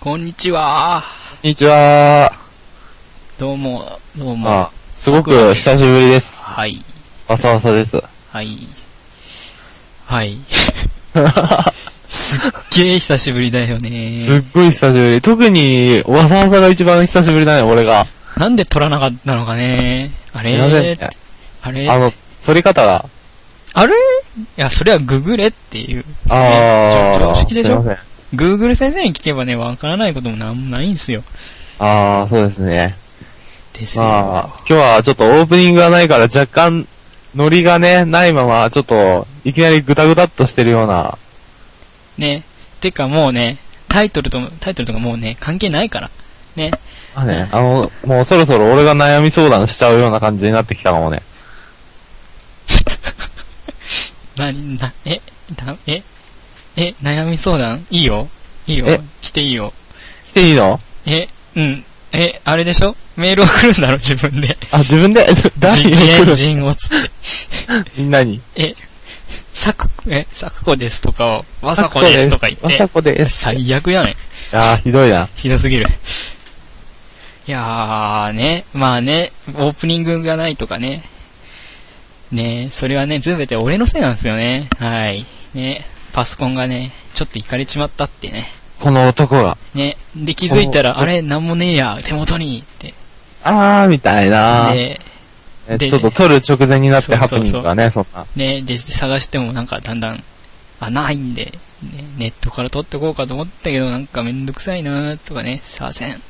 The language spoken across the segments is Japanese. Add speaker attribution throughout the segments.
Speaker 1: こんにちは。
Speaker 2: こんにちは。
Speaker 1: どうも、どうも。
Speaker 2: あ、すごく久しぶりです。
Speaker 1: はい、
Speaker 2: わさわさです。
Speaker 1: はい。はい。すっげえ久しぶりだよ
Speaker 2: すっ
Speaker 1: ね。
Speaker 2: ごい久しぶり。特に、わさわさが一番久しぶりだね、俺が。
Speaker 1: なんで撮らなかったのかね。あ
Speaker 2: すいませ
Speaker 1: れ
Speaker 2: んね。
Speaker 1: あれ
Speaker 2: あの、撮り方が。
Speaker 1: あれいや、それはググれっていう。
Speaker 2: あー。
Speaker 1: 常識でしょ
Speaker 2: すいません。
Speaker 1: グーグル先生に聞けばね、わからないこともなんもないんすよ。
Speaker 2: あー、そうですね。
Speaker 1: ですよ。
Speaker 2: まあ、今日はちょっとオープニングがないから若干、ノリがね、ないまま、ちょっと、いきなりグダグダっとしてるような。
Speaker 1: ね。てかもうね、タイトルと、タイトルとかもうね、関係ないから。ね。
Speaker 2: まあね、あの、もうそろそろ俺が悩み相談しちゃうような感じになってきたかもね。
Speaker 1: な、な、え、だ、え、え、悩み相談いいよいいよ
Speaker 2: え
Speaker 1: していいよ
Speaker 2: 来ていいの
Speaker 1: え、うん。え、あれでしょメール送るんだろ自分で。
Speaker 2: あ、自分で 誰
Speaker 1: じ
Speaker 2: に
Speaker 1: 自
Speaker 2: 送
Speaker 1: 演
Speaker 2: る
Speaker 1: 人をつって。
Speaker 2: みんなに。
Speaker 1: さく、え、さくこですとかを、わさこですとか言
Speaker 2: わさ
Speaker 1: っ
Speaker 2: こで
Speaker 1: て。
Speaker 2: す。
Speaker 1: 最悪やねん。
Speaker 2: あー、ひどいな。
Speaker 1: ひどすぎる。いやーね、まあね、オープニングがないとかね。ねそれはね、全て俺のせいなんですよね。はい。ね、パソコンがね、ちょっといかれちまったってね。
Speaker 2: この男が。
Speaker 1: ね。で、気づいたら、あれ、なんもねえや、手元に、って。
Speaker 2: あー、みたいな。
Speaker 1: で、
Speaker 2: え
Speaker 1: で
Speaker 2: ちょっと撮る直前になっ
Speaker 1: そ
Speaker 2: て
Speaker 1: うそう
Speaker 2: ハ
Speaker 1: そう
Speaker 2: プニングがね、そんな。
Speaker 1: ね、で、探してもなんかだんだん、あ、ないんで、ね、ネットから撮ってこうかと思ったけど、なんかめんどくさいなとかね、させん。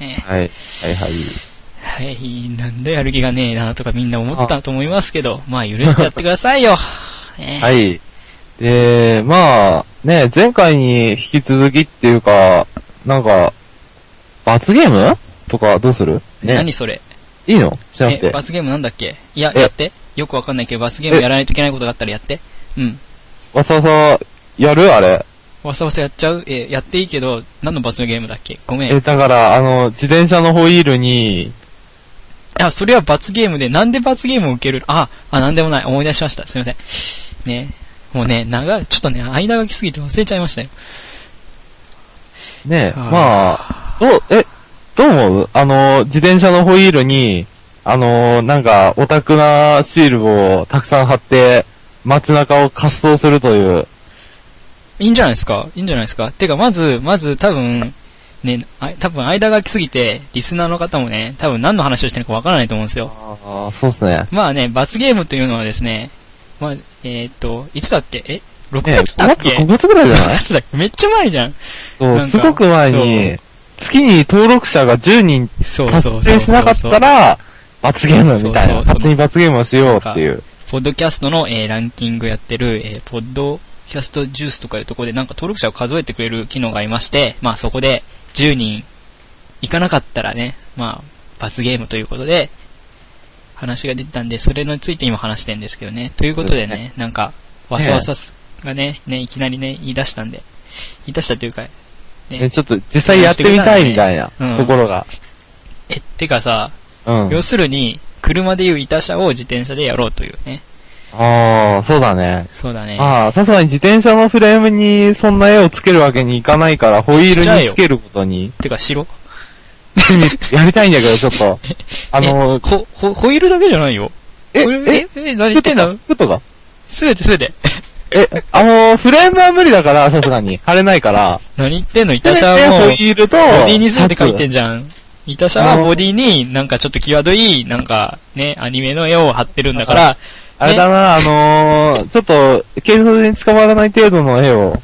Speaker 1: ね、
Speaker 2: はい。はいはい。
Speaker 1: はい、なんでやる気がねえなとかみんな思ったと思いますけど、まあ許してやってください よ。ね、
Speaker 2: はい。で、まあ、ね、前回に引き続きっていうか、なんか、罰ゲームとかどうするね。
Speaker 1: 何それ
Speaker 2: いいのしなく
Speaker 1: え、
Speaker 2: て。
Speaker 1: 罰ゲームなんだっけいや、
Speaker 2: え
Speaker 1: やって。よくわかんないけど、罰ゲームやらないといけないことがあったらやって。うん。
Speaker 2: わさわさ、やるあれ。
Speaker 1: わさわさやっちゃうえ、やっていいけど、何の罰ゲームだっけごめん。
Speaker 2: え、だから、あの、自転車のホイールに、
Speaker 1: あ、それは罰ゲームで、なんで罰ゲームを受けるあ、あ、なんでもない。思い出しました。すいません。ね。もうね、長い、ちょっとね、間が来すぎて忘れちゃいましたよ。は
Speaker 2: ね、
Speaker 1: い
Speaker 2: まあ、どう、え、どう思うあの、自転車のホイールに、あの、なんか、オタクなシールをたくさん貼って、街中を滑走するという。
Speaker 1: いいんじゃないですかいいんじゃないですかてか、まず、まず、多分、ね、あ多分間が空きすぎて、リスナーの方もね、多分何の話をしてるかわからないと思うんですよ。
Speaker 2: ああ、そうですね。
Speaker 1: まあね、罰ゲームというのはですね、まあ、えーっと、いつだっけえ ?6
Speaker 2: ね、
Speaker 1: 月だっけ
Speaker 2: 5月ぐらいじゃない
Speaker 1: 月だっけめっちゃ前じゃん。
Speaker 2: そう、
Speaker 1: なんか
Speaker 2: すごく前に、月に登録者が10人
Speaker 1: そうそう
Speaker 2: 達
Speaker 1: そうそう。
Speaker 2: 成しなかったら、罰ゲームみたい
Speaker 1: そうそうそ
Speaker 2: な。
Speaker 1: う
Speaker 2: 勝手に罰ゲームをしようっていう。
Speaker 1: ポッドキャストの、えーランキングやってる、えーポッドキャストジュースとかいうところでなんか登録者を数えてくれる機能がありまして、まあそこで10人いかなかったらね、まあ罰ゲームということで話が出てたんで、それについて今話してるんですけどね。ということで
Speaker 2: そう
Speaker 1: ね、なんかわさわさがね、ね、いきなりね、言い出したんで、言い出したというか、
Speaker 2: ね、ちょっと実際やってみたいみたいな
Speaker 1: うん
Speaker 2: ところが。
Speaker 1: え、ってかさ、
Speaker 2: うん。
Speaker 1: 要するに車でいういた車を自転車でやろうというね。
Speaker 2: ああ、そうだね。
Speaker 1: そうだね。
Speaker 2: ああ、さすがに自転車のフレームにそんな絵をつけるわけにいかないから、ホイールにつけること に、
Speaker 1: てか白
Speaker 2: やりたいんだけど、ちょっと。あの、
Speaker 1: ほ、ほ、ホイールだけじゃないよ。
Speaker 2: え、
Speaker 1: ホイール
Speaker 2: え、
Speaker 1: え、え、何言ってんだ
Speaker 2: 服とか
Speaker 1: すべてすべて。
Speaker 2: え、あの、フレームは無理だから、さすがに。貼れないから。
Speaker 1: 何言ってんのイ
Speaker 2: せ
Speaker 1: タ
Speaker 2: め
Speaker 1: シャ
Speaker 2: て
Speaker 1: はもう
Speaker 2: ホイ、ールと、
Speaker 1: ボディにすべて書いてんじゃん。イタシャは
Speaker 2: あの
Speaker 1: ボディになんかちょっと際どい、なんかね、アニメの絵を貼ってるんだから、
Speaker 2: あれだな、あのー、ちょっと、警察に捕まらない程度の絵を。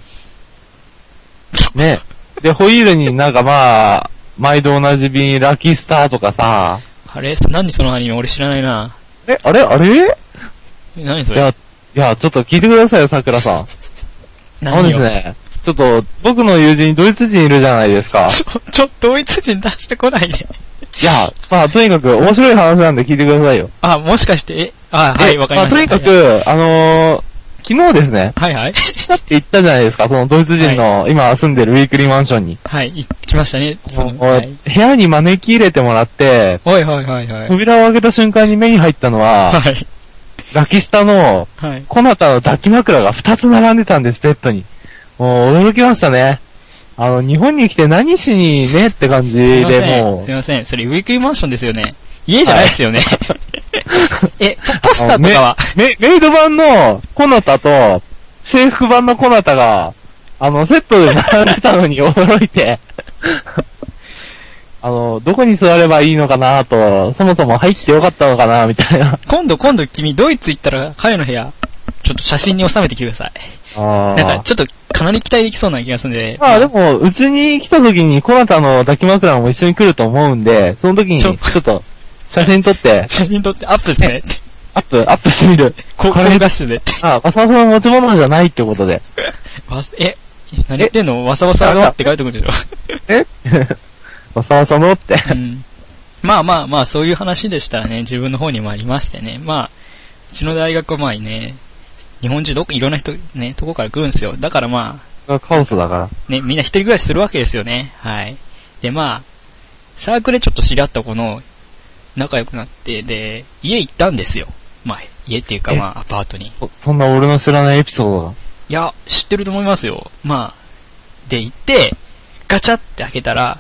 Speaker 2: ね。で、ホイールになんかまあ、毎度おなじみ、ラキスターとかさ。
Speaker 1: あれそ何そのアニメ俺知らないな。
Speaker 2: え、あれあれ
Speaker 1: え何そ
Speaker 2: い
Speaker 1: れ
Speaker 2: やいや、ちょっと聞いてくださいよ、桜さん。あ の
Speaker 1: 何
Speaker 2: で
Speaker 1: よ、
Speaker 2: すね、ちょっと、僕の友人、ドイツ人いるじゃないですか。
Speaker 1: ちょ、ちょ、ドイツ人出してこないで。
Speaker 2: いや、まあ、とにかく、面白い話なんで聞いてくださいよ。
Speaker 1: あ、もしかして、え、あ、はい、
Speaker 2: で
Speaker 1: わかりました。
Speaker 2: あ、とにかく、あのー、昨日ですね、
Speaker 1: はいはい。
Speaker 2: 来たって言ったじゃないですか、そのドイツ人の、今住んでるウィークリーマンションに。
Speaker 1: はい、い来ましたね。その、
Speaker 2: もう
Speaker 1: はい。
Speaker 2: 部屋に招き入れてもらって、
Speaker 1: はいはいはいはい。
Speaker 2: 扉を開けた瞬間に目に入ったのは、
Speaker 1: はい。
Speaker 2: ラキスタの、
Speaker 1: はい。
Speaker 2: コナタの抱き枕が2つ並んでたんです、ベッドに。もう、驚きましたね。あの、日本に来て何しにねって感じ
Speaker 1: すいませ
Speaker 2: で
Speaker 1: ん。
Speaker 2: も
Speaker 1: すいません。それ、ウィークリーマンションですよね。家じゃないですよ ね。え、パパスタとかは、
Speaker 2: う、メメイド版のコナタと、制服版のコナタが、あの、セットで並んでたのに驚いて、 あの、どこに座ればいいのかなと、そもそも入ってよかったのかなみたいな。
Speaker 1: 今度今度君、ドイツ行ったら、彼の部屋、ちょっと写真に収めてきてください。
Speaker 2: あ
Speaker 1: なんか、ちょっと、かなり期待できそうな気がするんで。
Speaker 2: まあでも、うちに来た時に、コナタの抱き枕も一緒に来ると思うんで、その時に、
Speaker 1: ち
Speaker 2: ち
Speaker 1: ょ
Speaker 2: ょっと、写真撮って、
Speaker 1: 写真撮ってアップですね。
Speaker 2: アップ、アップしてみる。
Speaker 1: 高校
Speaker 2: これ
Speaker 1: ダッシュでって。
Speaker 2: あ、わさわさの持ち物じゃないってことで。
Speaker 1: わすえ、何言ってんのわさわさのって書いてくるでし
Speaker 2: わさわさのって。
Speaker 1: ょ。うん。まあまあまあ、そういう話でしたらね、自分の方にもありましてね。まあ、うちの大学はまあね、日本中どこ、いろんな人、ね、とこから来るんですよ。だからまあ、
Speaker 2: カオスだから。
Speaker 1: ね、みんな一人暮らしするわけですよね。はい。でまあ、サークルでちょっと知り合った子の、仲良くなって、で、家行ったんですよ。まあ、家っていうか
Speaker 2: え
Speaker 1: まあ、アパートに。
Speaker 2: そそんな俺の知らないエピソードが。
Speaker 1: いや、知ってると思いますよ。まあ、で、行って、ガチャって開けたら、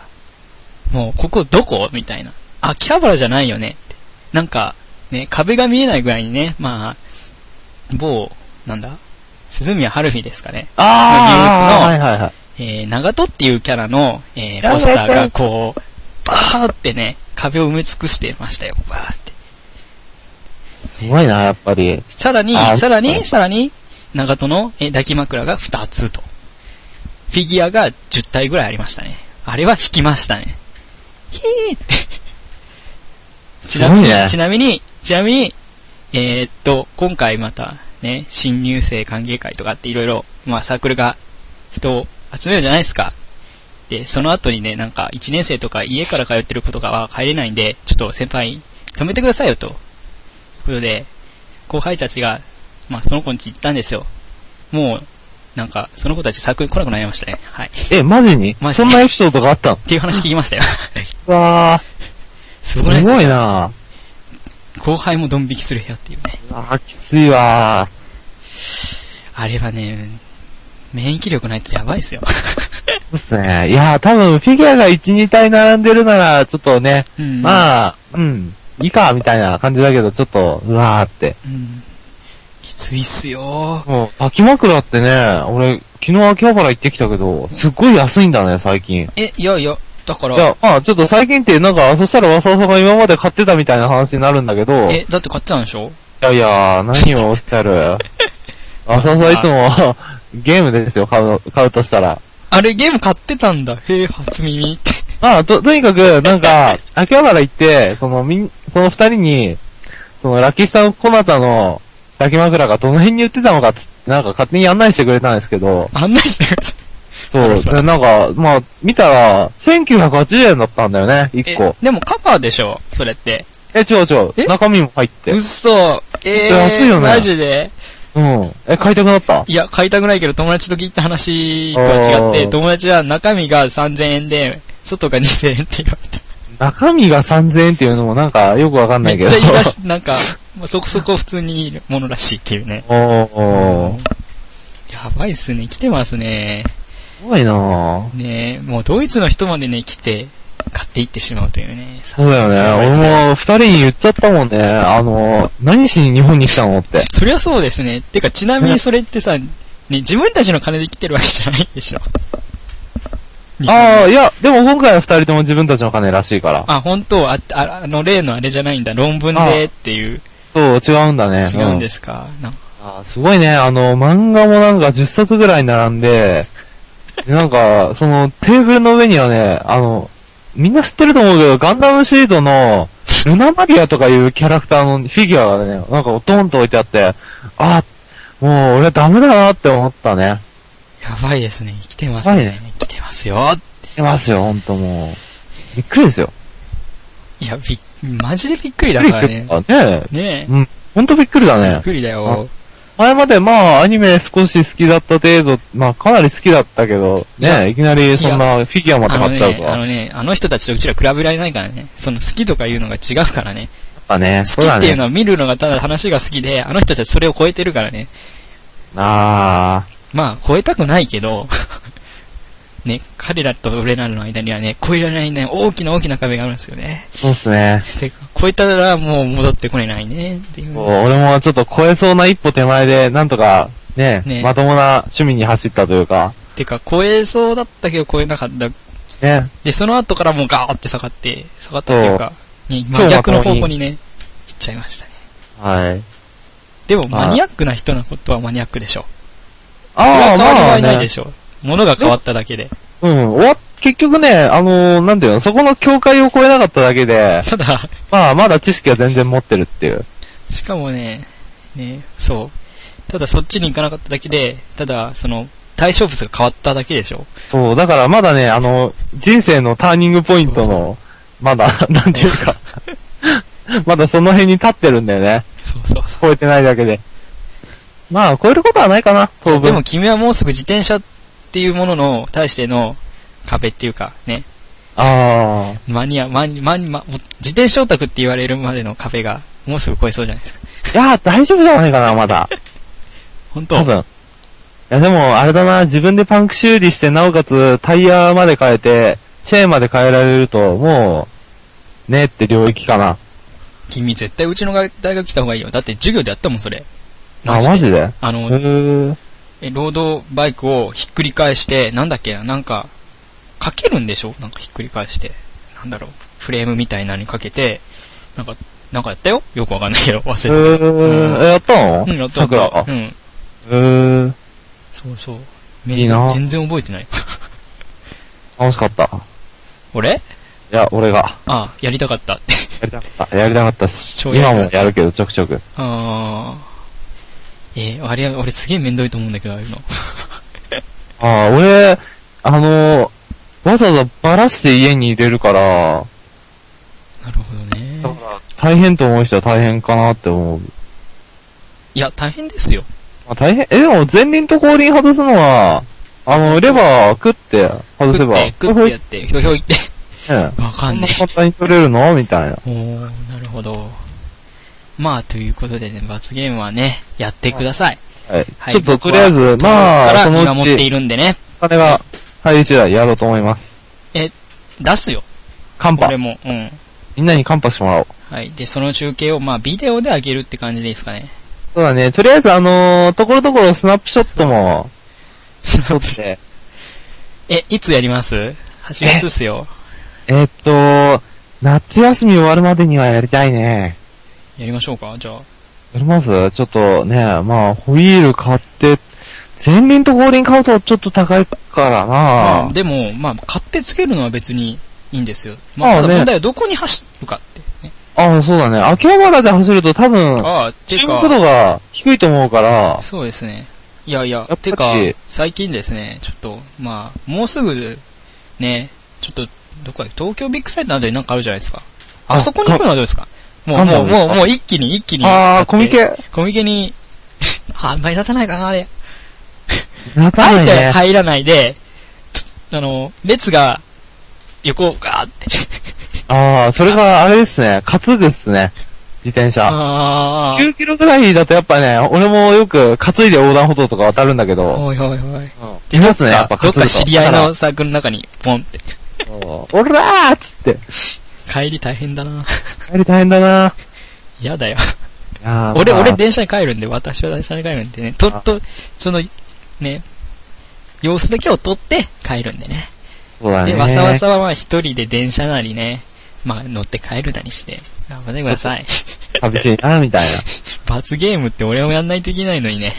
Speaker 1: もう、ここどこみたいな。あ、秋葉原じゃないよねって。なんか、ね、壁が見えないぐらいにね、まあ、某、なんだ鈴宮春日ですかね。
Speaker 2: あ
Speaker 1: ー
Speaker 2: はいはいはい。
Speaker 1: えー、長戸っていうキャラの、えー、ポスターがこう、バーってね、壁を埋め尽くしてましたよ。バーって。
Speaker 2: すごいな、やっぱり。
Speaker 1: さらに、
Speaker 2: あ
Speaker 1: さらに
Speaker 2: う、ん
Speaker 1: さらに、長戸のえ抱き枕が2つと。フィギュアが10体ぐらいありましたね。あれは引きましたね。ひーって。ちなみに、
Speaker 2: すごいね
Speaker 1: ちなみに、ちなみに、えーっと、今回また、ね、新入生歓迎会とかっていろいろ、まあサークルが人を集めるじゃないですか。で、その後にね、なんか1年生とか家から通ってる子とかは帰れないんで、ちょっと先輩、止めてくださいよと。ということで、後輩たちが、まあその子ん家行ったんですよ。もう、なんか、その子たちサークル来なくなりましたね。はい。っ
Speaker 2: え、マジに
Speaker 1: マジ
Speaker 2: そんなエピソードがあったの
Speaker 1: ていう話聞きましたよ。
Speaker 2: わー、
Speaker 1: す
Speaker 2: す
Speaker 1: ごいです
Speaker 2: ごい
Speaker 1: ね。
Speaker 2: な
Speaker 1: 後輩もドン引きする部屋っていうね。
Speaker 2: あー、きついわ
Speaker 1: あれはね、免疫力ないとやばいですよ。
Speaker 2: ー。そうっすね。いやー、多分フィギュアが1、2体並んでるなら、ちょっとね、
Speaker 1: うん。あ。
Speaker 2: まあ、うん、いいか、みたいな感じだけど、ちょっと、うわーって。
Speaker 1: うん。きついっすよ。
Speaker 2: もう、秋枕ってね、俺、昨日秋葉原行ってきたけど、すっごい安いんだね、最近。い
Speaker 1: え、いやいや、だから、
Speaker 2: や、まあ、ちょっと最近って、なんか、そしたらわさわさが今まで買ってたみたいな話になるんだけど、い
Speaker 1: え、だって買ってたんでしょ
Speaker 2: やいや、何をおっしゃ る。わさわさいつも、ゲームですよ、買うの、買うとしたら。
Speaker 1: あれゲーム買ってたんだ。へえ、初耳って。
Speaker 2: まあ、と、とにかく、なんか、秋葉原行って、その、みん、その二人に、その、ラッキーさんコナタの、抱き枕がどの辺に売ってたのかつ、なんか勝手に案内してくれたんですけど、
Speaker 1: 案内してくれ
Speaker 2: そ
Speaker 1: あ
Speaker 2: う、
Speaker 1: そう
Speaker 2: でなんか、まあ、見たら、1980円だったんだよね、1個
Speaker 1: え。、でもカバーでしょそれって。
Speaker 2: え、違う違
Speaker 1: え
Speaker 2: う、中身も入って。
Speaker 1: 嘘。えー、
Speaker 2: 安いよね
Speaker 1: マジで
Speaker 2: うん。え、買いたくなった
Speaker 1: いや、買いたくないけど友達と聞いた話とは違って、
Speaker 2: あー
Speaker 1: 友達は中身が3000円で、外が2000円って言われた。
Speaker 2: 中身が3000円っていうのもなんか、よくわかんな
Speaker 1: め
Speaker 2: いけ
Speaker 1: っ
Speaker 2: ど。
Speaker 1: ちゃ言い出し、なんか、まあそこそこ普通にいいものらしいっていうね。
Speaker 2: おー、
Speaker 1: やばいっすね。来てますね。
Speaker 2: すごいなぁ。
Speaker 1: ねえ、もうドイツの人までね、来て、買っていってしまうというね。
Speaker 2: そうだよね。
Speaker 1: やばいっす
Speaker 2: 俺も、二人に言っちゃったもんね。あの、何しに日本に来たのって。
Speaker 1: そりゃそうですね。てか、ちなみにそれってさ、ね、自分たちの金で来てるわけじゃないでしょ。
Speaker 2: ああ、いや、でも今回は二人とも自分たちの金らしいから。
Speaker 1: あ、本当あ、ああの、例のあれじゃないんだ。論文でっていう、
Speaker 2: そう、違うんだね。
Speaker 1: 違うん
Speaker 2: す。
Speaker 1: ですか。なんか
Speaker 2: あーすごいね。あの、漫画もなんか10冊ぐらい並んで、でなんか、その、テーブルの上にはね、あの、みんな知ってると思うけど、ガンダムシードの、ルナマリアとかいうキャラクターのフィギュアがね、なんかドンと置いてあって、あーもう俺はダメだなって思ったね。
Speaker 1: やばいですね。来てます
Speaker 2: やば
Speaker 1: ね。
Speaker 2: いね
Speaker 1: 来てますよ。
Speaker 2: いますよ、ほんともう。びっくりですよ。
Speaker 1: いや、びっ、マジでびっくり
Speaker 2: びっ
Speaker 1: だ
Speaker 2: くり
Speaker 1: か
Speaker 2: っ
Speaker 1: ら
Speaker 2: て い
Speaker 1: ね
Speaker 2: う。かね
Speaker 1: ね
Speaker 2: ほんとびっくりだ
Speaker 1: え、
Speaker 2: ね
Speaker 1: びっ。くりだよ。
Speaker 2: 前までまあ、アニメ少し好きだった程度、まあ、かなり好きだったけど、
Speaker 1: いや
Speaker 2: ね、いきなりそんなフィギュアまで
Speaker 1: あの
Speaker 2: 買っちゃうと
Speaker 1: ね、あ
Speaker 2: は。
Speaker 1: のね、あの人たちとうちら比べられないからね。その好きとかいうのが違うからね。
Speaker 2: あね、
Speaker 1: 好
Speaker 2: そう
Speaker 1: き
Speaker 2: だ
Speaker 1: っていう
Speaker 2: ね。
Speaker 1: のは見るのがただ話が好きで、あの人たちそれを超えてるからね。
Speaker 2: あ
Speaker 1: まあ、超えたくないけど、 ね、彼らと俺らの間にはね、越えられないね、大きな大きな壁があるんですよね。
Speaker 2: そうっすね。
Speaker 1: で、越えたらもう戻ってこれないね、っていう。
Speaker 2: こう俺もちょっと超えそうな一歩手前で、なんとかね、
Speaker 1: ね
Speaker 2: まともな趣味に走ったというか、
Speaker 1: てか、超えそうだったけど超えなかった。
Speaker 2: ね、
Speaker 1: で、その後からもうガーって下がって、下がったっていうか、ね、真逆の方向にね、行っちゃいましたね。
Speaker 2: はい。
Speaker 1: でも、マニアックな人のことはマニアックでしょ。それ
Speaker 2: あ
Speaker 1: は
Speaker 2: あ、
Speaker 1: 変わりはない
Speaker 2: ね
Speaker 1: でしょ。物が変わっただけで。
Speaker 2: うん、終わ、結局ね、あのーなんていうの、そこの境界を越えなかっただけで、
Speaker 1: ただ、
Speaker 2: まあ、まだ知識は全然持ってるっていう。
Speaker 1: しかもね、ね、そう。ただそっちに行かなかっただけで、ただ、その、対象物が変わっただけでしょ。
Speaker 2: そう、だからまだね、あの、人生のターニングポイント
Speaker 1: そう
Speaker 2: の、ま だ、なんていうか、まだその辺に立ってるんだよね。
Speaker 1: そうそうそ
Speaker 2: 超えてないだけで。まあ、超えることはないかな、当
Speaker 1: う。で
Speaker 2: 分。
Speaker 1: も君はもうすぐ自転車っていうものの、対しての壁っていうか、ね、
Speaker 2: ああ、
Speaker 1: マニア、マニ、マニ、マ、もう自転車オタクって言われるまでの壁が、もうすぐ超えそうじゃないですか。
Speaker 2: いや、大丈夫じゃないかな、まだ。
Speaker 1: 本当
Speaker 2: 多分。いや、でも、あれだな、自分でパンク修理して、なおかつ、タイヤまで変えて、チェーンまで変えられると、もう、ねえって領域かな。
Speaker 1: 君絶対うちのが大学来た方がいいよ。だって授業でやったもん、それ。
Speaker 2: あ、マジで
Speaker 1: あ
Speaker 2: う
Speaker 1: の、
Speaker 2: ーん。
Speaker 1: えロードバイクをひっくり返して、なんだっけな、なんか、かけるんでしょなんかひっくり返して。なんだろう、フレームみたいなのにかけて、なんか、なんかやったよよくわかんないけど、
Speaker 2: え
Speaker 1: 忘れ
Speaker 2: ー、えやったの
Speaker 1: た。うん、やった
Speaker 2: さくら
Speaker 1: やっ
Speaker 2: が
Speaker 1: た。。うん。
Speaker 2: えー、
Speaker 1: そうそう。
Speaker 2: いいな
Speaker 1: 全然覚えてない。
Speaker 2: 楽しかった。い
Speaker 1: 俺
Speaker 2: や、俺が。
Speaker 1: ああ、やりたかったって。
Speaker 2: やりたかった。やりたかったし。
Speaker 1: 超や
Speaker 2: 今
Speaker 1: り
Speaker 2: もやるけど、ちょくちょく。
Speaker 1: ああ。えーあれ、俺すげえ面倒いと思うんだけど、ああいうの。
Speaker 2: ああ、俺、あのわざわざバラして家に入れるから、
Speaker 1: なるほどね。
Speaker 2: だから、大変と思う人は大変かなって思う。
Speaker 1: いや、大変ですよ。
Speaker 2: まあ、大変。え、でも前輪と後輪外すのは、あの、レバー食って外
Speaker 1: 食
Speaker 2: せ
Speaker 1: っ
Speaker 2: ば、
Speaker 1: て、食ってやって、ひょひょいって。
Speaker 2: ね
Speaker 1: わか
Speaker 2: こん
Speaker 1: んな。
Speaker 2: ない簡単に取れるのみたいな。
Speaker 1: おー、なるほど。まあ、ということでね、罰ゲームはね、やってください。
Speaker 2: はい。
Speaker 1: はい
Speaker 2: ちょっととりあえず、ま
Speaker 1: か
Speaker 2: あ、
Speaker 1: ら
Speaker 2: その
Speaker 1: 見
Speaker 2: う
Speaker 1: 守って
Speaker 2: ち、
Speaker 1: いるんでね、
Speaker 2: 金が入り次第やろうと思います。
Speaker 1: 出すよ。
Speaker 2: カンパ
Speaker 1: 俺。も。うん。
Speaker 2: みんなにカンパしてもらおう。
Speaker 1: はい。で、その中継を、まあ、ビデオで上げるって感じでいいですかね。
Speaker 2: そうだね。とりあえず、あのー、ところどころスナップショットも、撮って。
Speaker 1: え、いつやります ?8 月っすよ。
Speaker 2: えーっと、夏休み終わるまでにはやりたいね。
Speaker 1: やりましょうかじゃあ。
Speaker 2: やりますちょっとね、まあ、ホイール買って、前輪と後輪買うとちょっと高いからな
Speaker 1: うんでも、まあ、買ってつけるのは別にいいんですよ。まあ、
Speaker 2: あ
Speaker 1: た
Speaker 2: あ
Speaker 1: だ
Speaker 2: ね
Speaker 1: 問題はどこに走るかって、ね。
Speaker 2: ああ、そうだね。秋葉原で走ると多分、
Speaker 1: ああ、て
Speaker 2: 注目
Speaker 1: か、
Speaker 2: 度が低いと思うから、
Speaker 1: そうですね。いやいや
Speaker 2: ぱ、り
Speaker 1: てか、最近ですね、ちょっと、まあ、もうすぐ、ね、ちょっと、どこだっけ東京ビッグサイトなどになんかあるじゃないですか。あそこに行くのはどうですかもう、
Speaker 2: ガンダ
Speaker 1: もう、
Speaker 2: ムです
Speaker 1: も
Speaker 2: か
Speaker 1: う、もう一気に、一気に。
Speaker 2: あ
Speaker 1: だ
Speaker 2: あ、
Speaker 1: って
Speaker 2: コミ。ケ、
Speaker 1: コミケに、 あんまり立たないかな、あれ。
Speaker 2: なた
Speaker 1: あ
Speaker 2: ない
Speaker 1: えて
Speaker 2: ね。
Speaker 1: 入らないで、あの、列が、横、ガーって。
Speaker 2: ああ、それがあれですね。担ぐっすね。自転車。
Speaker 1: あー
Speaker 2: 9キロぐらいだとやっぱね、俺もよく担いで横断歩道とか渡るんだけど、
Speaker 1: おいおいおい。
Speaker 2: いますね、
Speaker 1: ど
Speaker 2: や
Speaker 1: っ
Speaker 2: っぱ
Speaker 1: かどっ
Speaker 2: 担ぐと。
Speaker 1: か知り合いのサークルの中に、ポンって。
Speaker 2: だから。そうおらーっつって。
Speaker 1: 帰り大変だな。
Speaker 2: 帰り大変だな。
Speaker 1: 嫌だよ。
Speaker 2: いやー
Speaker 1: 俺、
Speaker 2: まあ
Speaker 1: 俺電車に帰るんで、私は電車に帰るんでね、とっと、その、ね、様子だけを撮って帰るんでね。
Speaker 2: そうだね。
Speaker 1: で、わさわさはまあ一人で電車なりね、まあ乗って帰るなりして、頑張ってくださ い。
Speaker 2: 寂しいな、みた いな。い
Speaker 1: 罰ゲームって俺もやんないといけないのに ね。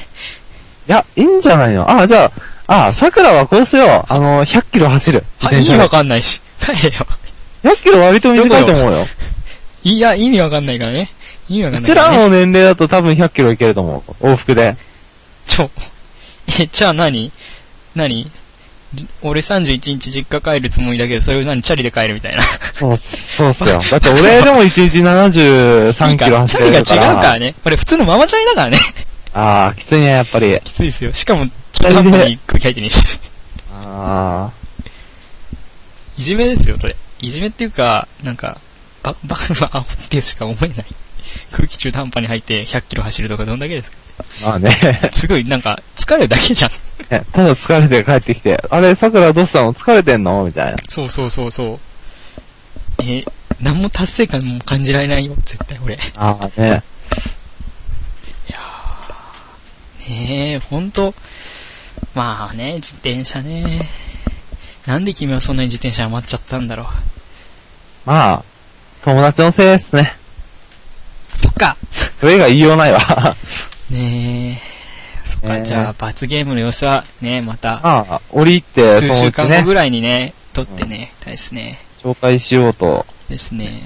Speaker 2: や、いいんじゃないのああ、じゃあ、ああ、桜はこうしよう。あの、100キロ走る。自
Speaker 1: あ
Speaker 2: 転
Speaker 1: 意味
Speaker 2: 車
Speaker 1: わ
Speaker 2: で。
Speaker 1: かんないし、帰れよ。
Speaker 2: 100キロ割と短いと思うよ。
Speaker 1: いや、意味わかんないからね。意味わか
Speaker 2: うん
Speaker 1: ない
Speaker 2: ち
Speaker 1: からね。
Speaker 2: らの年齢だと多分100キロいけると思う。往復で。
Speaker 1: ちょ、え、じゃあ何何じ俺31日実家帰るつもりだけど、それを何チャリで帰るみたいな。
Speaker 2: そう、そうっすよ。だって俺でも1日73キロ走れ
Speaker 1: いい
Speaker 2: る
Speaker 1: か
Speaker 2: か
Speaker 1: チャリ
Speaker 2: ら。
Speaker 1: が違うからね。俺普通のママチャリだからね。
Speaker 2: ああ、きついね、やっぱり。
Speaker 1: きついですよ。しかも、中途半端に空気入ってねえし。
Speaker 2: あ
Speaker 1: いじめですよ、これ。いじめっていうか、なんか、ば、ば、ば、あってしか思えない。空気中途半端に入って100キロ走るとかどんだけですか
Speaker 2: あ、まあね。
Speaker 1: すごい、なんか、疲れるだけじゃん。
Speaker 2: ねただ疲れて帰ってきて、あれ、桜どうしたの疲れてんのみたいな。
Speaker 1: そうそうそうそう。えー、何も達成感も感じられないよ、絶対俺。
Speaker 2: ああね。
Speaker 1: ねえ、ほんと。まあね、自転車ね。なんで君はそんなに自転車余っちゃったんだろう。
Speaker 2: まあ、友達のせいですね。
Speaker 1: そっか
Speaker 2: それ以外言いようないわ。あ
Speaker 1: ねえ。そっか、
Speaker 2: ねえ
Speaker 1: じゃあ、罰ゲームの様子はね、また、
Speaker 2: あ、折り入って、
Speaker 1: 数
Speaker 2: その
Speaker 1: 週
Speaker 2: うち
Speaker 1: 間後
Speaker 2: ね、
Speaker 1: ぐらいにね、撮ってね、たいですね。
Speaker 2: 紹介しようと。
Speaker 1: ですね。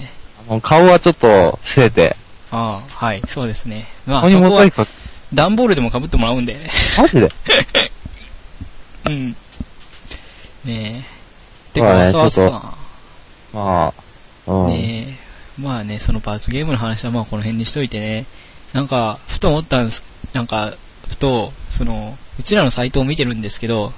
Speaker 2: あの顔はちょっと伏せて、
Speaker 1: ああ、はい、そうですね。ま
Speaker 2: ここ
Speaker 1: あ、
Speaker 2: に
Speaker 1: そ
Speaker 2: モ
Speaker 1: こ
Speaker 2: ザ
Speaker 1: は
Speaker 2: イクかけ
Speaker 1: 段ボールでも被ってもら うんで。
Speaker 2: マジで
Speaker 1: うん。ねえ。て
Speaker 2: まあ
Speaker 1: か、
Speaker 2: ね
Speaker 1: そう
Speaker 2: ちょっ
Speaker 1: さ、
Speaker 2: まあ、うん。
Speaker 1: ねえ。まあね、その罰ゲームの話はまあこの辺にしといてね。なんか、ふと思ったんです、なんか、ふと、その、うちらのサイトを見てるんですけど、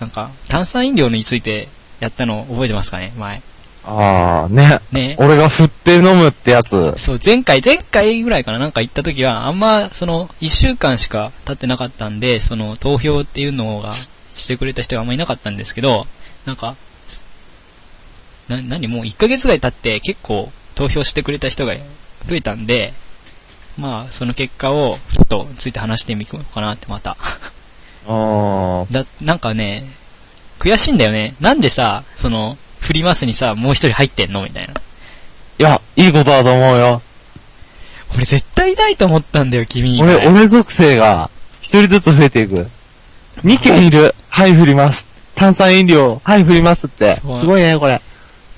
Speaker 1: なんか、炭酸飲料についてやったの覚えてますかね前。
Speaker 2: ああ、ね。
Speaker 1: ね
Speaker 2: 俺が振って飲むってやつ。
Speaker 1: そう、前回、前回ぐらいかななんか行った時は、あんま、その、一週間しか経ってなかったんで、その、投票っていうのが、してくれた人があんまいなかったんですけど、なんか、すな、なにもう1ヶ月ぐらい経って結構投票してくれた人が増えたんで、まあ、その結果を、ちょっと、ついて話してみようかなって、また。
Speaker 2: あ
Speaker 1: だ、なんかね、悔しいんだよね。なんでさ、その、振りますにさ、もう一人入ってんのみたいな。
Speaker 2: いや、いいことだと思うよ。
Speaker 1: 俺絶対いないと思ったんだよ、君以外。
Speaker 2: 俺、俺属性が、一人ずつ増えていく。二件いる。はい、振ります。炭酸飲料、はい、振りますって。す
Speaker 1: そう
Speaker 2: ごいね、これ。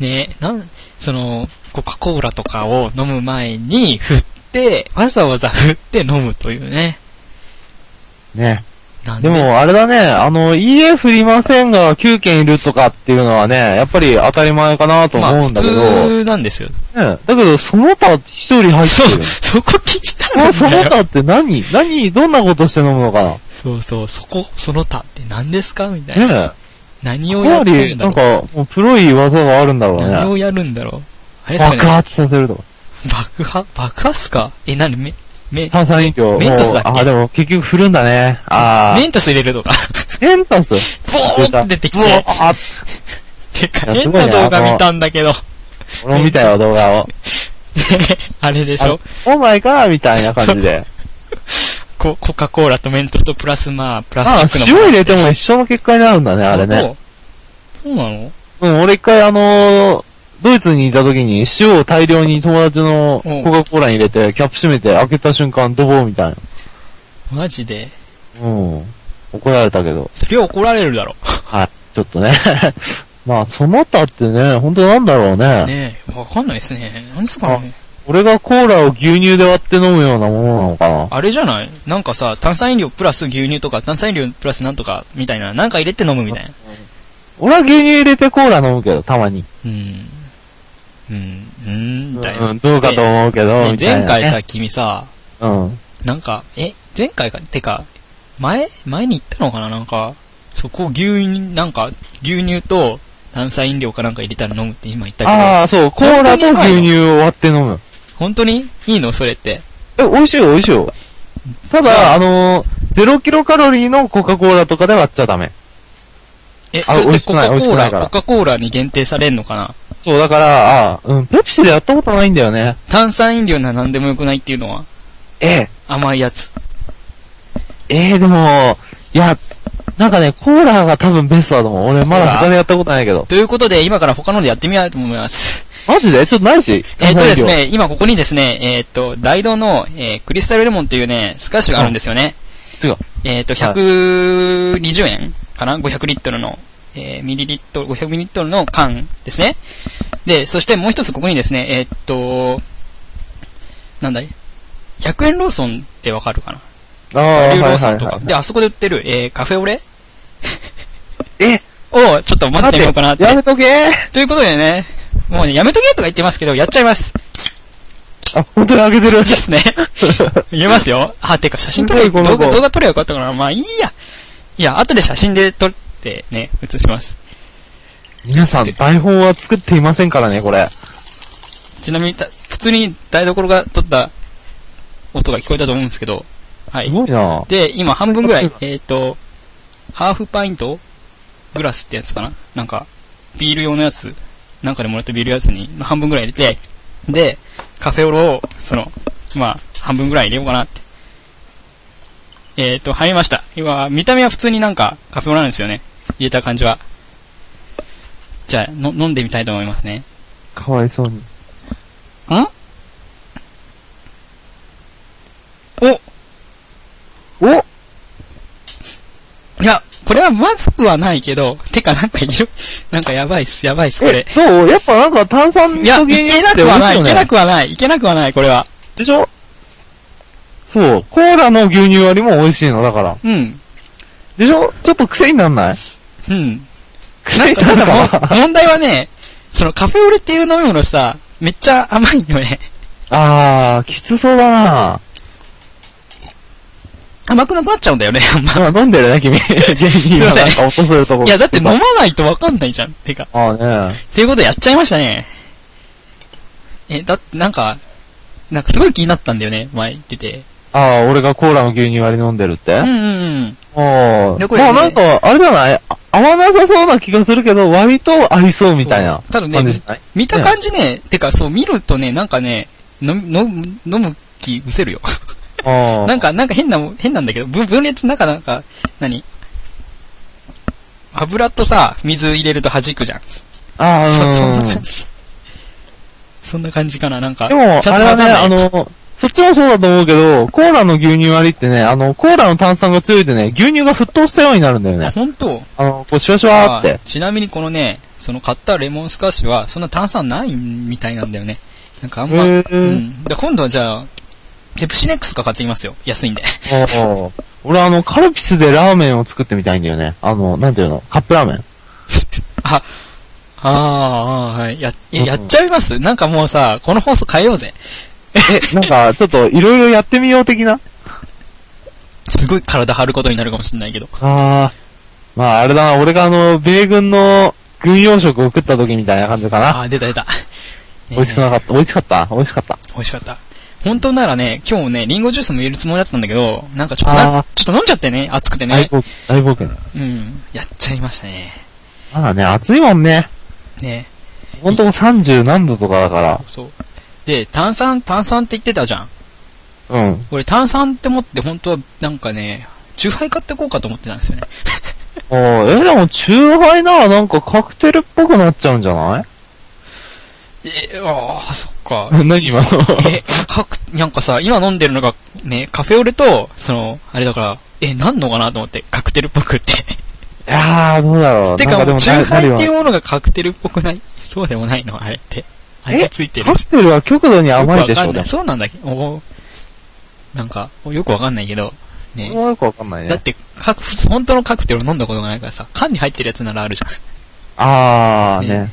Speaker 1: ねなん、その、コカ・コーラとかを飲む前に振って、わざわざ振って飲むというね。
Speaker 2: ね。
Speaker 1: なん
Speaker 2: で、も、あれだね、あの、家振りませんが、9件いるとかっていうのはね、やっぱり当たり前かなと
Speaker 1: ま
Speaker 2: 思
Speaker 1: あ
Speaker 2: う
Speaker 1: 普
Speaker 2: んだけど、
Speaker 1: 通なんですよ。
Speaker 2: ね、だけど、その他一人入ってる。
Speaker 1: そう、そこ気になる
Speaker 2: もうんその
Speaker 1: だよ。
Speaker 2: 他って何何どんなことして飲むのかな
Speaker 1: そうそう、そこ、その他って何ですかみたいな。
Speaker 2: ね
Speaker 1: 何
Speaker 2: え。
Speaker 1: を
Speaker 2: か
Speaker 1: や
Speaker 2: な
Speaker 1: る
Speaker 2: り、
Speaker 1: んだ
Speaker 2: なん
Speaker 1: ろ
Speaker 2: か、もうプロい技があるんだろう
Speaker 1: う。
Speaker 2: ね。
Speaker 1: 何をやるんだろう。あれですか
Speaker 2: 爆
Speaker 1: ね。
Speaker 2: 発させるとか。
Speaker 1: 爆破爆破っすかえ、なに、め、め、
Speaker 2: 炭酸飲料。
Speaker 1: メントスだっけ
Speaker 2: もうあ、でも結局振るんだね。あ
Speaker 1: メントス入れるとか。
Speaker 2: ー。メントス。
Speaker 1: ボーンって出てき
Speaker 2: うわ
Speaker 1: て。
Speaker 2: あ、
Speaker 1: てか、
Speaker 2: いやす
Speaker 1: 変
Speaker 2: ごい
Speaker 1: な
Speaker 2: ね
Speaker 1: 動画見たんだけど。
Speaker 2: 俺も見たよ、動画を。
Speaker 1: あれでしょ
Speaker 2: お前かみたいな感じで。
Speaker 1: ココカ・コーラとメントスとプラスまあ、プラ
Speaker 2: あ
Speaker 1: スチックの。
Speaker 2: 塩入れても一緒の結果になるんだね、あれね。
Speaker 1: 本当。そうなの
Speaker 2: うん、俺一回あのードイツにいた時に塩を大量に友達の
Speaker 1: うん
Speaker 2: コカ・コーラに入れて、キャップ閉めて開けた瞬間、ドボーみたいな。
Speaker 1: マジで。
Speaker 2: うん。怒られたけど。
Speaker 1: それは怒られるだろ。
Speaker 2: はい。ちょっとね。 まあ、その他ってね、本当なんだろうね。
Speaker 1: ねえ、わかんないですね。何ですかね
Speaker 2: 俺がコーラを牛乳で割って飲むようなものなのかな。
Speaker 1: あれじゃないなんかさ、炭酸飲料プラス牛乳とか、炭酸飲料プラスなんとか、みたいな。なんか入れて飲むみたいな。
Speaker 2: 俺は牛乳入れてコーラ飲むけど、たまに。
Speaker 1: うん。うん、うん、みたいな。
Speaker 2: うん、どうかと思うけど、
Speaker 1: ね
Speaker 2: みたいな、
Speaker 1: 前
Speaker 2: ね。
Speaker 1: 回さ、君さ、
Speaker 2: さ。うん。
Speaker 1: なんか、え、前回か、てか、前前に行ったのかななんか、そこ牛乳、なんか、牛乳と炭酸飲料かなんか入れたら飲むって今言ったけど。
Speaker 2: ああ、そう、コーラと牛乳を割って飲む。
Speaker 1: 本当にいいのそれって。
Speaker 2: え、美味しいよ、美味しいよ。た
Speaker 1: じゃ
Speaker 2: だ、あのー、0キロカロリーのコカ・コーラとかで割っちゃダメ。
Speaker 1: え、
Speaker 2: あ
Speaker 1: それっ
Speaker 2: 美
Speaker 1: て
Speaker 2: 味し
Speaker 1: コ
Speaker 2: くな
Speaker 1: カ・コ
Speaker 2: い美味
Speaker 1: ー
Speaker 2: しくな
Speaker 1: ラ、
Speaker 2: いから
Speaker 1: コカ・コーラに限定されんのかな
Speaker 2: そう、だから、あうん、ペプシでやったことないんだよね。
Speaker 1: 炭酸飲料なら何でもよくないっていうのは
Speaker 2: え
Speaker 1: 甘いやつ。
Speaker 2: え、ええ、でも、いや、なんかね、コーラが多分ベストだと思う。俺まだ他でやったことないけど。
Speaker 1: ということで、今から他のでやってみたいと思います。
Speaker 2: マジでちょっとないし。
Speaker 1: えっとですね、今ここにですね、えっと、ダイドの、えークリスタルレモンっていうね、スカッシュがあるんですよね。
Speaker 2: 違う。
Speaker 1: えっと、120円かな ?500 リットルの、えーミリリットル、500ミリリットルの缶ですね。で、そしてもう一つここにですね、えっと、なんだい ?100 円ローソンってわかるかな
Speaker 2: ああ、は
Speaker 1: リュウ
Speaker 2: い
Speaker 1: ロ
Speaker 2: は
Speaker 1: ー
Speaker 2: い
Speaker 1: ソンとか。
Speaker 2: は
Speaker 1: で、あそこで売ってる、えー、カフェオレ
Speaker 2: い。え、
Speaker 1: をちょっと混ぜてみようかなっ
Speaker 2: 待
Speaker 1: て
Speaker 2: て。やめとけ
Speaker 1: ということでね、もうね、やめとけとか言ってますけど、やっちゃいます。
Speaker 2: あ、本当に開けてる
Speaker 1: で。すね。言えますよ。あ、てか写真撮
Speaker 2: す
Speaker 1: れ、
Speaker 2: ご
Speaker 1: 動
Speaker 2: いこの
Speaker 1: 画、
Speaker 2: 子
Speaker 1: 動画撮ればよかったから、まあいいや。いや、後で写真で撮ってね、写します。
Speaker 2: 皆さん、台本は作っていませんからね、これ。
Speaker 1: ちなみに、た普通に台所が撮った音が聞こえたと思うんですけど、は
Speaker 2: す
Speaker 1: い。
Speaker 2: ごいな
Speaker 1: で、今半分ぐらい、えっ、と、ハーフパイントグラスってやつかななんか、ビール用のやつ、なんかでもらったビールやつに半分ぐらい入れて、で、カフェオロを、その、まあ、半分ぐらい入れようかなって。えっ、と、入りました。今、見た目は普通になんかカフェオロなんですよね。入れた感じは。じゃあ、の飲んでみたいと思いますね。
Speaker 2: かわいそうに。
Speaker 1: んお
Speaker 2: お
Speaker 1: いや、これはまずくはないけど、てかなんかいる、 なんかやばいっす、やばいっす、こ
Speaker 2: え
Speaker 1: れ、。
Speaker 2: そうやっぱなんか炭酸
Speaker 1: いや、
Speaker 2: の
Speaker 1: い
Speaker 2: 原因
Speaker 1: けなくはない、いけな
Speaker 2: く。
Speaker 1: くはない、いけなくはない、これは。
Speaker 2: でしょそう。コーラの牛乳割りも美味しいの、だから。
Speaker 1: うん。
Speaker 2: でしょちょっと癖になんない
Speaker 1: うん。
Speaker 2: 癖に
Speaker 1: た
Speaker 2: な
Speaker 1: だ
Speaker 2: る か
Speaker 1: も、問題はね、そのカフェオレっていう飲み物さ、めっちゃ甘いよね。
Speaker 2: あー、きつそうだな
Speaker 1: 甘くなくなっちゃうんだよね、あんま。
Speaker 2: 今飲んでるね、 君。芸人はなんか落とせるところ。
Speaker 1: いや、だって飲まないとわかんないじゃん。てか。
Speaker 2: ああね。
Speaker 1: っていうことやっちゃいましたね。え、だってなんか、なんかすごい気になったんだよね、前言ってて。
Speaker 2: ああ、俺がコーラの牛乳割り飲んでるって
Speaker 1: うんうんうん。
Speaker 2: お
Speaker 1: で
Speaker 2: ー。
Speaker 1: これ
Speaker 2: ま
Speaker 1: ね
Speaker 2: あなんか、あれじゃないあ合わなさそうな気がするけど、割と合いそうみたいな
Speaker 1: そうただね
Speaker 2: 感じじゃない
Speaker 1: 見た感じね、てかそう見るとね、なんかね、飲む、飲む飲む気うせるよ。
Speaker 2: あ
Speaker 1: なんか、なんか変なも、変なんだけど、分分裂、なんかなんか、何油とさ、水入れると弾くじゃん。
Speaker 2: あ。ああ、
Speaker 1: そそんな
Speaker 2: う
Speaker 1: 感じ。そんな感じかな、なんか。
Speaker 2: ん。でも、
Speaker 1: ちゃ
Speaker 2: あ
Speaker 1: ん
Speaker 2: れ
Speaker 1: と挟
Speaker 2: は
Speaker 1: ん
Speaker 2: ね、
Speaker 1: だよ
Speaker 2: あ、の、そっちもそうだと思うけど、コーラの牛乳割りってね、あの、コーラの炭酸が強いでね、牛乳が沸騰したようになるんだよ
Speaker 1: あ
Speaker 2: ね。
Speaker 1: 本当
Speaker 2: あの、こう、シュワシュワーって
Speaker 1: あ。ちなみにこのね、その買ったレモンスカッシュは、そんな炭酸ないみたいなんだよね。なんかあんま、
Speaker 2: へー
Speaker 1: うん。で、今度はじゃあ、ペプシネックスか買ってきますよ。安いんで。
Speaker 2: おー俺あの、カルピスでラーメンを作ってみたいんだよね。あの、なんていうのカップラーメン。
Speaker 1: ああー、はい。や、え
Speaker 2: うん
Speaker 1: やっちゃいますなんかもうさ、この放送変えようぜ。
Speaker 2: え、なんか、ちょっと、いろいろやってみよう的な
Speaker 1: すごい体張ることになるかもしれないけど。
Speaker 2: ああ。まあ、あれだな、俺があの、米軍の軍用食を食った時みたいな感じかな。
Speaker 1: ああー、出 た出た。
Speaker 2: 美味しく
Speaker 1: ね
Speaker 2: なかった。美味しかった。美味しかった。
Speaker 1: え美味しかった。本当ならね、今日ね、リンゴジュースも入れるつもりだったんだけど、なんかちょっと
Speaker 2: あ
Speaker 1: な
Speaker 2: ー、
Speaker 1: ちょっと飲んじゃってね、暑くて
Speaker 2: 大
Speaker 1: ね。
Speaker 2: 冒険。大冒険。
Speaker 1: うん。やっちゃいましたね。
Speaker 2: まだね、暑いもんね。
Speaker 1: ね
Speaker 2: ほんと30何度とかだか
Speaker 1: そう。で、炭酸、炭酸って言ってたじゃん。
Speaker 2: ら。うん。
Speaker 1: 俺炭酸って思って本当はなんかね、チューハイ買ってこうかと思ってたんですよね。
Speaker 2: おーえ、でも、チューハイならなんかカクテルっぽくなっちゃうんじ ゃない
Speaker 1: えー、ああ、そっ か。
Speaker 2: 何今の。
Speaker 1: え、かく、なんかさ、今飲んでるのが、ね、カフェオレと、その、あれだから、え、なんのかなと思って、カクテルっぽくって。
Speaker 2: いやー、どうだろう。
Speaker 1: て
Speaker 2: なん
Speaker 1: か
Speaker 2: で
Speaker 1: もう、チュー
Speaker 2: な
Speaker 1: ハ
Speaker 2: なる
Speaker 1: イ
Speaker 2: よ
Speaker 1: っ
Speaker 2: ね
Speaker 1: ていうものがカクテルっぽくない そうでもないのあれって。あれ
Speaker 2: え
Speaker 1: がついてる
Speaker 2: カ
Speaker 1: し。
Speaker 2: クテルは極度に甘い
Speaker 1: よ
Speaker 2: で
Speaker 1: く
Speaker 2: し
Speaker 1: わか
Speaker 2: ょ、
Speaker 1: んな
Speaker 2: で
Speaker 1: い。
Speaker 2: も。
Speaker 1: そうなんだけど、おなんか、よくわかんないけど、
Speaker 2: それ
Speaker 1: ね。
Speaker 2: はよくわかんない
Speaker 1: だ
Speaker 2: ね
Speaker 1: っ。て、か普通本当のカクテルを飲んだことがないからさ、缶に入ってるやつならあるじゃん。
Speaker 2: あー、
Speaker 1: ね
Speaker 2: ね。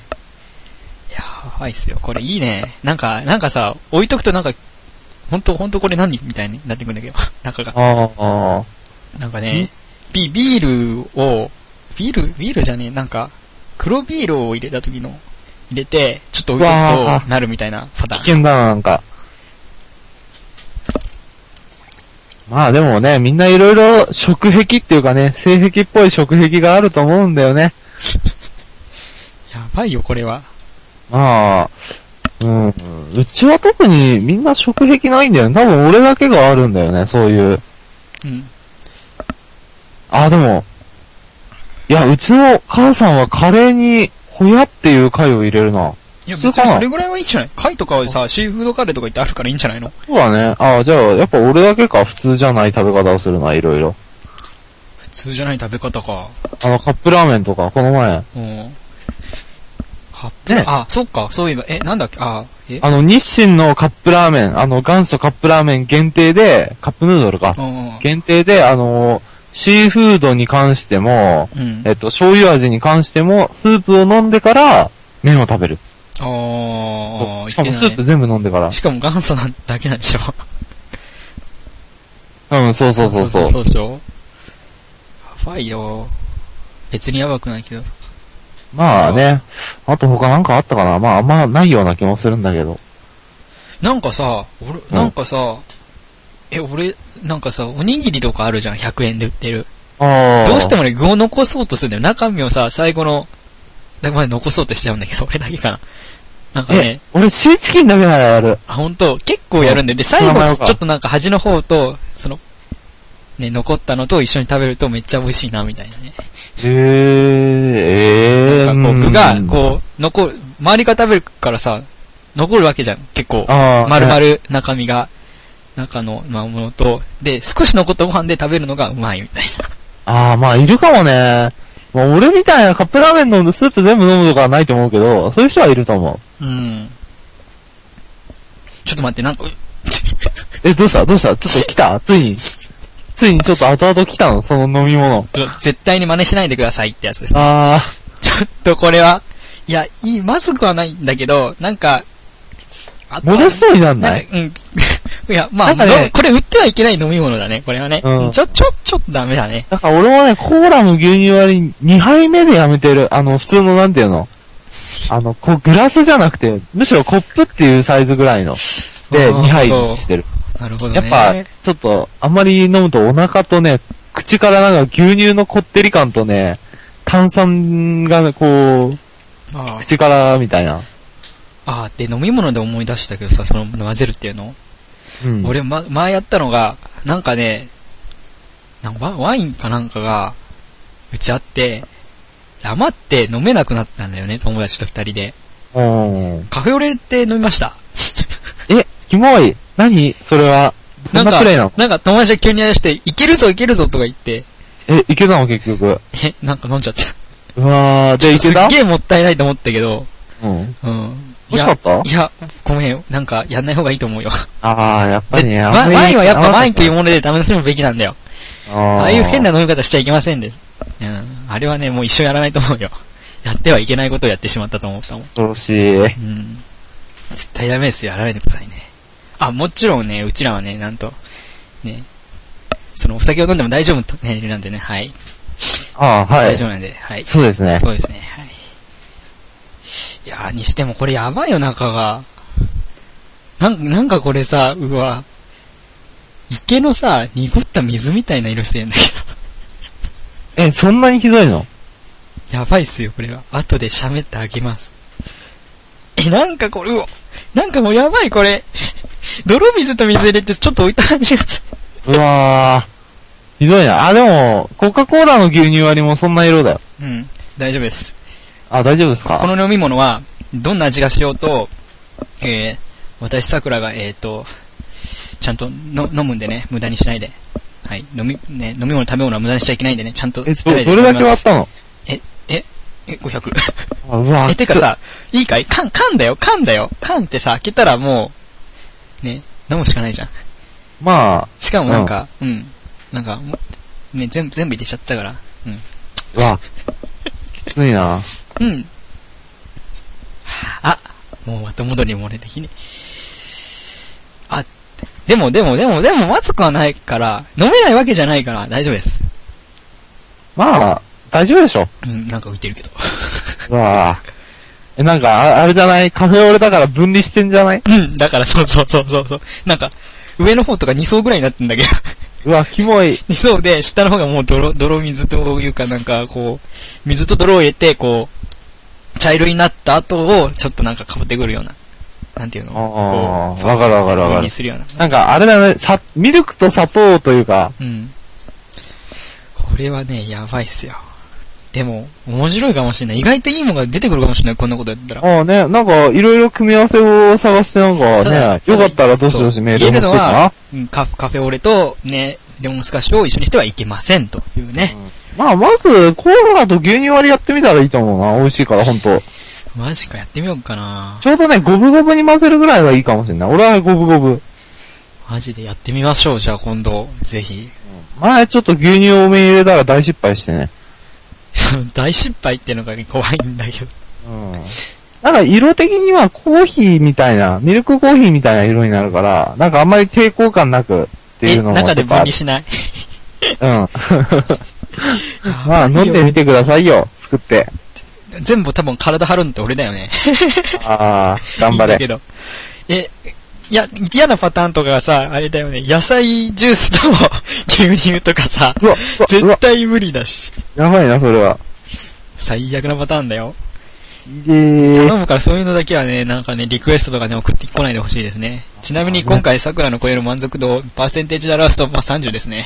Speaker 1: やばいっすよ。これいいね。なんか、なんかさ、置いとくとなんか、ほんと、ほんとこれ何みたいになってくるんだけど、 中が。
Speaker 2: あー。
Speaker 1: なんかね、ビ、ビールを、ビール、ビールじゃねえ、なんか、黒ビールを入れた時の、入れて、ちょっと置いと
Speaker 2: うわ
Speaker 1: く
Speaker 2: ー
Speaker 1: と、なるみたいなパタ
Speaker 2: 危
Speaker 1: ーン。
Speaker 2: 険だな、なんか。まあでもね、みんないろいろ食癖っていうかね、性癖っぽい食癖があると思うんだよね。
Speaker 1: やばいよ、これは。
Speaker 2: まあ、うん。うちは特にみんな食癖ないんだよね。多分俺だけがあるんだよね、そういう。
Speaker 1: うん。
Speaker 2: あ、でも、いや、うちの母さんはカレーにほやっていう貝を入れるな。
Speaker 1: いや、別
Speaker 2: そう
Speaker 1: に
Speaker 2: かな
Speaker 1: それぐらいはいいんじゃない貝とかはさ、シーフードカレーとか言ってあるからいいんじゃないの
Speaker 2: そうだね。あじゃあ、やっぱ俺だけか普通じゃない食べ方をするな、いろいろ。
Speaker 1: 普通じゃない食べ方か。
Speaker 2: あの、カップラーメンとか、この前。
Speaker 1: うん。カップ、
Speaker 2: ね
Speaker 1: あ、そっか、そういえば、え、なんだっけ、あ、え
Speaker 2: あの、日清のカップラーメン、あの、元祖カップラーメン限定で、カップヌードルか。
Speaker 1: うん。
Speaker 2: 限定で、あの、シーフードに関しても、
Speaker 1: うん。
Speaker 2: えっと、醤油味に関しても、スープを飲んでから、麺を食べる。
Speaker 1: あー、
Speaker 2: しかも
Speaker 1: いけ
Speaker 2: ス
Speaker 1: ない
Speaker 2: ープ全部飲んでから。
Speaker 1: しかも元祖なんだけなんでしょ
Speaker 2: うん、そうそうそうそ う。
Speaker 1: そうでしょやばいよ。別にやばくないけど。
Speaker 2: まあね。あと他なんかあったかなまあ、あんまないような気もするんだけど。
Speaker 1: なんかさ、俺、なんかさ、え、俺、なんかさ、おにぎりとかあるじゃん、100円で売ってる。
Speaker 2: あああ。
Speaker 1: どうしてもね、具を残そうとするんだよ。中身をさ、最後の、だまで残そうとしちゃうんだけど、俺 だけかな。なんかね
Speaker 2: え、、俺シーチキンだけならやる。
Speaker 1: あ、本当結構やるんだよ。で、最
Speaker 2: 名前を
Speaker 1: 後、
Speaker 2: か
Speaker 1: ちょっとなんか端の方と、その、ね、残ったのと一緒に食べるとめっちゃ美味しいな、みたいなね。
Speaker 2: へえー、え
Speaker 1: なんかこう、具が、
Speaker 2: う
Speaker 1: こう、残る、周りが食べるからさ、残るわけじゃん、結構。
Speaker 2: ん、ああ。
Speaker 1: 丸
Speaker 2: ね。
Speaker 1: 々中身が、中の、まあ、ものと、で、少し残ったご飯で食べるのがうまいみたい
Speaker 2: ああ、まあ、いるかもね。まあ、俺みたいなカップラーメンのスープ全部飲むとかはないと思うけど、そういう人はいると思う。
Speaker 1: な。うん。ちょっと待って、なんか、うっ
Speaker 2: え、どうしたどうしたちょっと来たついに。ついにちょっと後々来たのその飲み物。
Speaker 1: 絶対に真似しないでくださいってやつです。
Speaker 2: あ
Speaker 1: ちょっとこれは、いや、いい、まずくはないんだけど、なんか、あ
Speaker 2: ー、戻しそうになん
Speaker 1: な
Speaker 2: なんい
Speaker 1: か、うん。 いや、まあ、
Speaker 2: なんかね
Speaker 1: どこれ売ってはいけない飲み物だね、これはね。
Speaker 2: うん
Speaker 1: ちょ、ちょ、ちょっとダメだね。
Speaker 2: なんか俺もね、コーラの牛乳割り2杯目でやめてる。あの、普通のなんていうのあの、こう、グラスじゃなくて、むしろコップっていうサイズぐらいの。で、
Speaker 1: あー
Speaker 2: 2杯にしてる。
Speaker 1: なるほど
Speaker 2: や
Speaker 1: ね。
Speaker 2: っぱ、ちょっと、あんまり飲むとお腹とね、口からなんか牛乳のこってり感とね、炭酸がね、こう、
Speaker 1: あー
Speaker 2: 口からみたいな。
Speaker 1: あー、で、飲み物で思い出したけどさ、その、混ぜるっていうの
Speaker 2: うん。
Speaker 1: 俺、ま、前やったのが、なんかね、なんワワインかなんかが、うちあって、余って飲めなくなったんだよね、友達と二人で。
Speaker 2: うん。
Speaker 1: カフェオレって飲みました。
Speaker 2: え、キモい。何それは。
Speaker 1: なん
Speaker 2: ど
Speaker 1: ん
Speaker 2: な
Speaker 1: か、
Speaker 2: プレイなの
Speaker 1: なんか友達が急にやりして、いけるぞいけるぞとか言って、
Speaker 2: え、いけたの結局。
Speaker 1: え、なんか飲んじゃった。
Speaker 2: うわー、で、いけ
Speaker 1: すったげえもったいないと思ったけど、
Speaker 2: うん。
Speaker 1: うん。い
Speaker 2: 欲しか
Speaker 1: や
Speaker 2: っ、た
Speaker 1: いや、ごめん、なんかやんない方がいいと思うよ。
Speaker 2: あー、やっぱりね、
Speaker 1: ワワインはやっぱワインという
Speaker 2: う、
Speaker 1: もので楽しむべきなんだよ。あ
Speaker 2: あ
Speaker 1: あ
Speaker 2: ー
Speaker 1: いう変な飲み方しちゃいけませんで。うん。あれはね、もう一生やらないと思うよ。 やってはいけないことをやってしまったと思ったもん。
Speaker 2: 恐ろし
Speaker 1: う
Speaker 2: い。
Speaker 1: ん。絶対ダメですよ、やらないでくださいね。あ、もちろんね、うちらはね、なんと、ね、そのお酒を飲んでも大丈夫と、ね、なんでね、はい。
Speaker 2: あー、は
Speaker 1: 大
Speaker 2: い
Speaker 1: 丈。夫なんで、はい。
Speaker 2: そうですね。
Speaker 1: そうですね、はい。いやー、にしてもこれやばいよ、中が。なん、なんかこれさ、うわ。池のさ、濁った水みたいな色してんだけ
Speaker 2: え、そんなにひどいの
Speaker 1: ど。やばいっすよ、これは。後で喋ってあげます。え、なんかこれ、うおなんかもうやばい、これ。 泥水と水入れてちょっと置いた感じがす
Speaker 2: うわー。ひどいな。あ、でも、コカ・コーラの牛乳割りもそんな色だよ。
Speaker 1: る。うん、大丈夫です。
Speaker 2: あ、大丈夫です
Speaker 1: こ
Speaker 2: か
Speaker 1: の飲み物は、どんな味がしようと、えー、私、桜が、えーと、ちゃんとの飲むんでね、無駄にしないで。はい。飲み、ね、飲み物、食べ物は無駄にしちゃいけないんでね、ちゃんと
Speaker 2: え、
Speaker 1: 捨てな
Speaker 2: ど、
Speaker 1: いで
Speaker 2: どれだ
Speaker 1: 飲
Speaker 2: け
Speaker 1: みま
Speaker 2: 割っ
Speaker 1: す
Speaker 2: たの
Speaker 1: え、500。
Speaker 2: あうわー
Speaker 1: え、てかさ、いいかい缶、缶だよ、缶だよ。缶ってさ、開けたらもう、ね、飲むしかないじゃん。
Speaker 2: まあ、
Speaker 1: しかもなんか、うん。なんか、もうね、全部、全部入れちゃったから。
Speaker 2: うわ、きついな。
Speaker 1: うん。あ、もう後戻りも俺的に。あ、でもでもでもでもまずくはないから、飲めないわけじゃないから大丈夫です。
Speaker 2: まあ、大丈夫でしょ。
Speaker 1: うん、なんか浮いてるけど。
Speaker 2: うわぁ。え、なんか、ああれじゃないカフェオレだから分離してんじゃない
Speaker 1: うん、だからそうそうそうそうそう。なんか、上の方とか2層ぐらいになってんだけど、
Speaker 2: うわ、キモい。
Speaker 1: 2層で下の方がもう泥、泥水というかなんかこう、水と泥を入れて、こう、茶色になった後をちょっとなんか被ってくるような、なんていうの
Speaker 2: ああー、わかるわかるわか
Speaker 1: に
Speaker 2: る。
Speaker 1: するような。
Speaker 2: なんか、あれだね、さ、ミルクと砂糖というか、
Speaker 1: うん。これはね、やばいっすよ。でも、面白いかもしれない。意外といいものが出てくるかもしれない、こんなことやったら。
Speaker 2: ああね、なんか、いろいろ組み合わせを探して、なん
Speaker 1: た
Speaker 2: か
Speaker 1: だ
Speaker 2: ね、よかったらどうしどうし
Speaker 1: そう
Speaker 2: メール欲しいか
Speaker 1: うんカカフェオレと、ね、レモンスカッシュを一緒にしてはいけません、というね。
Speaker 2: な。まあ、まず、コーラと牛乳割りやってみたらいいと思うな。美味しいから、ほんと。
Speaker 1: マジか、やってみようかな。
Speaker 2: ちょうどね、五分五分に混ぜるぐらいがいいかもしれない。俺は五分五分。
Speaker 1: マジでやってみましょう、じゃあ今度、ぜひ。
Speaker 2: 前ちょっと牛乳多めに入れたら大失敗してね。
Speaker 1: 大失敗ってのがね、怖いんだけど。
Speaker 2: うん。なんか色的にはコーヒーみたいな、ミルクコーヒーみたいな色になるから、なんかあんまり抵抗感なくってい
Speaker 1: え、
Speaker 2: うのも。
Speaker 1: 中で分離しない。
Speaker 2: うん。まあ飲んでみてくださいよ、作って。
Speaker 1: 全部多分体張るのって俺だよね。
Speaker 2: ああ、
Speaker 1: い
Speaker 2: 頑張
Speaker 1: いんだ
Speaker 2: れ。
Speaker 1: けど。え、いや、嫌なパターンとかがさ、あれだよね、野菜ジュースと牛乳とかさ、
Speaker 2: うわ、うわ
Speaker 1: 絶、対無理だし。
Speaker 2: うわ、やばいな、それは。
Speaker 1: 最悪なパターンだよ。
Speaker 2: でー、
Speaker 1: 頼むからそういうのだけはね、なんかね、リクエストとかね、送ってこないでほしいですね。ちなみに今回、桜の声の満足度、パーセンテージで表すと、まあ、30です ね。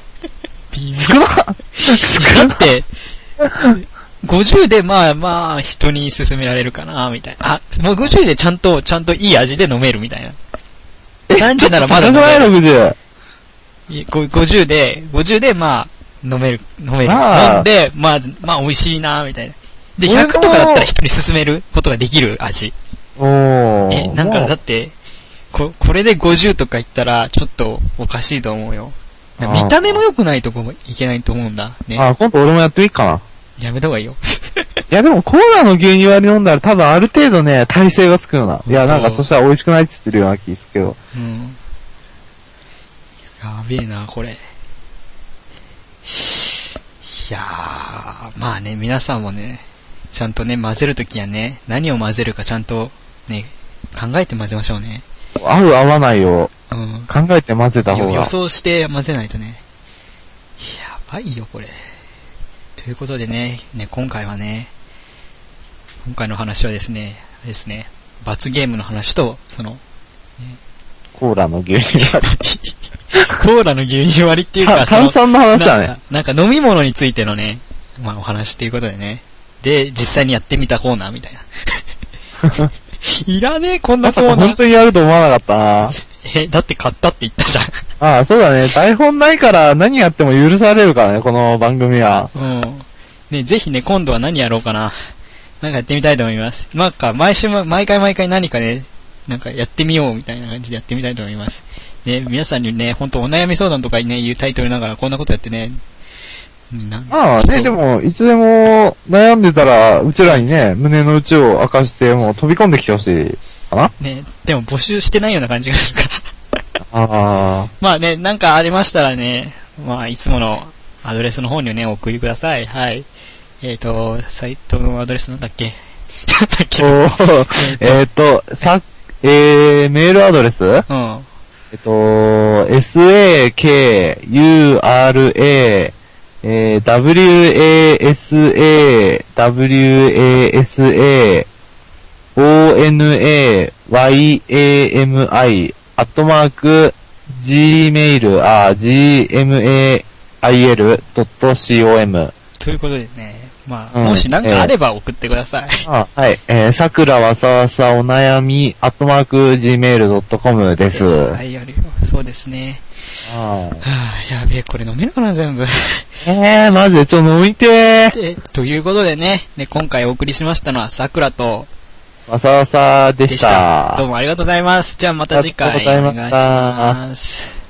Speaker 1: 微
Speaker 2: 少なか
Speaker 1: 妙。だって、50でまあまあ、人に勧められるかな、みたいな。あ、もう50でちゃんと、ちゃんといい味で飲めるみたいな。30ならまだ飲
Speaker 2: 高くない
Speaker 1: める。
Speaker 2: 60。
Speaker 1: いこ50で、50でまあ、飲める、飲める。
Speaker 2: まあ
Speaker 1: 飲んで、まあ、まあ、美味しいな、みたいな。で、
Speaker 2: 俺
Speaker 1: 100
Speaker 2: も
Speaker 1: とかだったら人に勧めることができる味。
Speaker 2: おー。
Speaker 1: え、なんかだって、こ、これで50とか言ったら、ちょっとおかしいと思うよ。
Speaker 2: あー
Speaker 1: 見た目も良くないとこもいけないと思うんだ。ね。
Speaker 2: あ、今度俺もやってみっかな。
Speaker 1: やめた方がいいよ。
Speaker 2: いやでもコーラの牛乳割り飲んだら多分ある程度ね、耐性がつくような。いやなんかそしたら美味しくないって言ってるような気ですけど。
Speaker 1: うん。やべえな、これ。いやー、まあね、皆さんもね、ちゃんとね、混ぜるときはね、何を混ぜるかちゃんと、ね、考えて混ぜましょうね。
Speaker 2: 合う合わないを
Speaker 1: うん。
Speaker 2: 考えて混ぜた方
Speaker 1: よ
Speaker 2: が
Speaker 1: 予。想して混ぜないとね。やばいよ、これ。ということでね、ね、今回はね、今回の話はですね、あれですね、罰ゲームの話と、その、
Speaker 2: コーラの牛乳割
Speaker 1: コーラの牛乳割りってい
Speaker 2: り。
Speaker 1: うか、
Speaker 2: 炭
Speaker 1: その
Speaker 2: 炭酸の話だ
Speaker 1: なん
Speaker 2: ね。
Speaker 1: かなんか飲み物についてのね、まあお話っていうことでね。で、実際にやってみたコーナーみたいな。 いらねえ、こんな
Speaker 2: ま
Speaker 1: コ
Speaker 2: さ
Speaker 1: ー
Speaker 2: か
Speaker 1: ナ
Speaker 2: 本
Speaker 1: ー。
Speaker 2: 当にやると思わなかったな。
Speaker 1: え、だって買ったって言ったじ
Speaker 2: ああ、そうだね。台本ないから何やっても許されるからね、この番組は。
Speaker 1: ゃん。うん。ね、ぜひね、今度は何やろうかな。なんかやってみたいと思います。なんか、毎週も、毎回毎回何かね、なんかやってみようみたいな感じでやってみたいと思います。ね、皆さんにね、ほんとお悩み相談とかにね、いうタイトルながらこんなことやってね、なん
Speaker 2: まあ
Speaker 1: ちょっ
Speaker 2: ね、
Speaker 1: と
Speaker 2: でも、いつでも悩んでたら、うちらにね、胸の内を明かして、もう飛び込んできてほしい。
Speaker 1: ね、でも募集してないような感じがするから。
Speaker 2: ああ。
Speaker 1: まあね、なんかありましたらね、まあ、いつものアドレスの方にね、お送りください。はい。えっ、ー、と、サイトのアドレスなんだっけなんだっ け
Speaker 2: おー えっと、さ、えー、メールアドレス
Speaker 1: うん。
Speaker 2: えっと、sakurasawasa wasa onayami アットマーク gmail, あ、gmail.com
Speaker 1: ということでね、まあ、
Speaker 2: うん
Speaker 1: もしなんかあれば送ってください。
Speaker 2: あはい、えー、桜わさわさお悩み、アットマーク gmail.com です。
Speaker 1: はい、やるよ。そうですね。
Speaker 2: は
Speaker 1: は
Speaker 2: い
Speaker 1: あ、やべえ、これ飲めるかな、全部。
Speaker 2: えー、マジでちょ、飲みてー。
Speaker 1: でということでね、ね、今回お送りしましたのは、桜と
Speaker 2: わさわさで
Speaker 1: で
Speaker 2: し
Speaker 1: した。
Speaker 2: た
Speaker 1: どう。もありがとうございます。じゃあまた次回。
Speaker 2: ありがとうございま
Speaker 1: お
Speaker 2: した
Speaker 1: 願いします。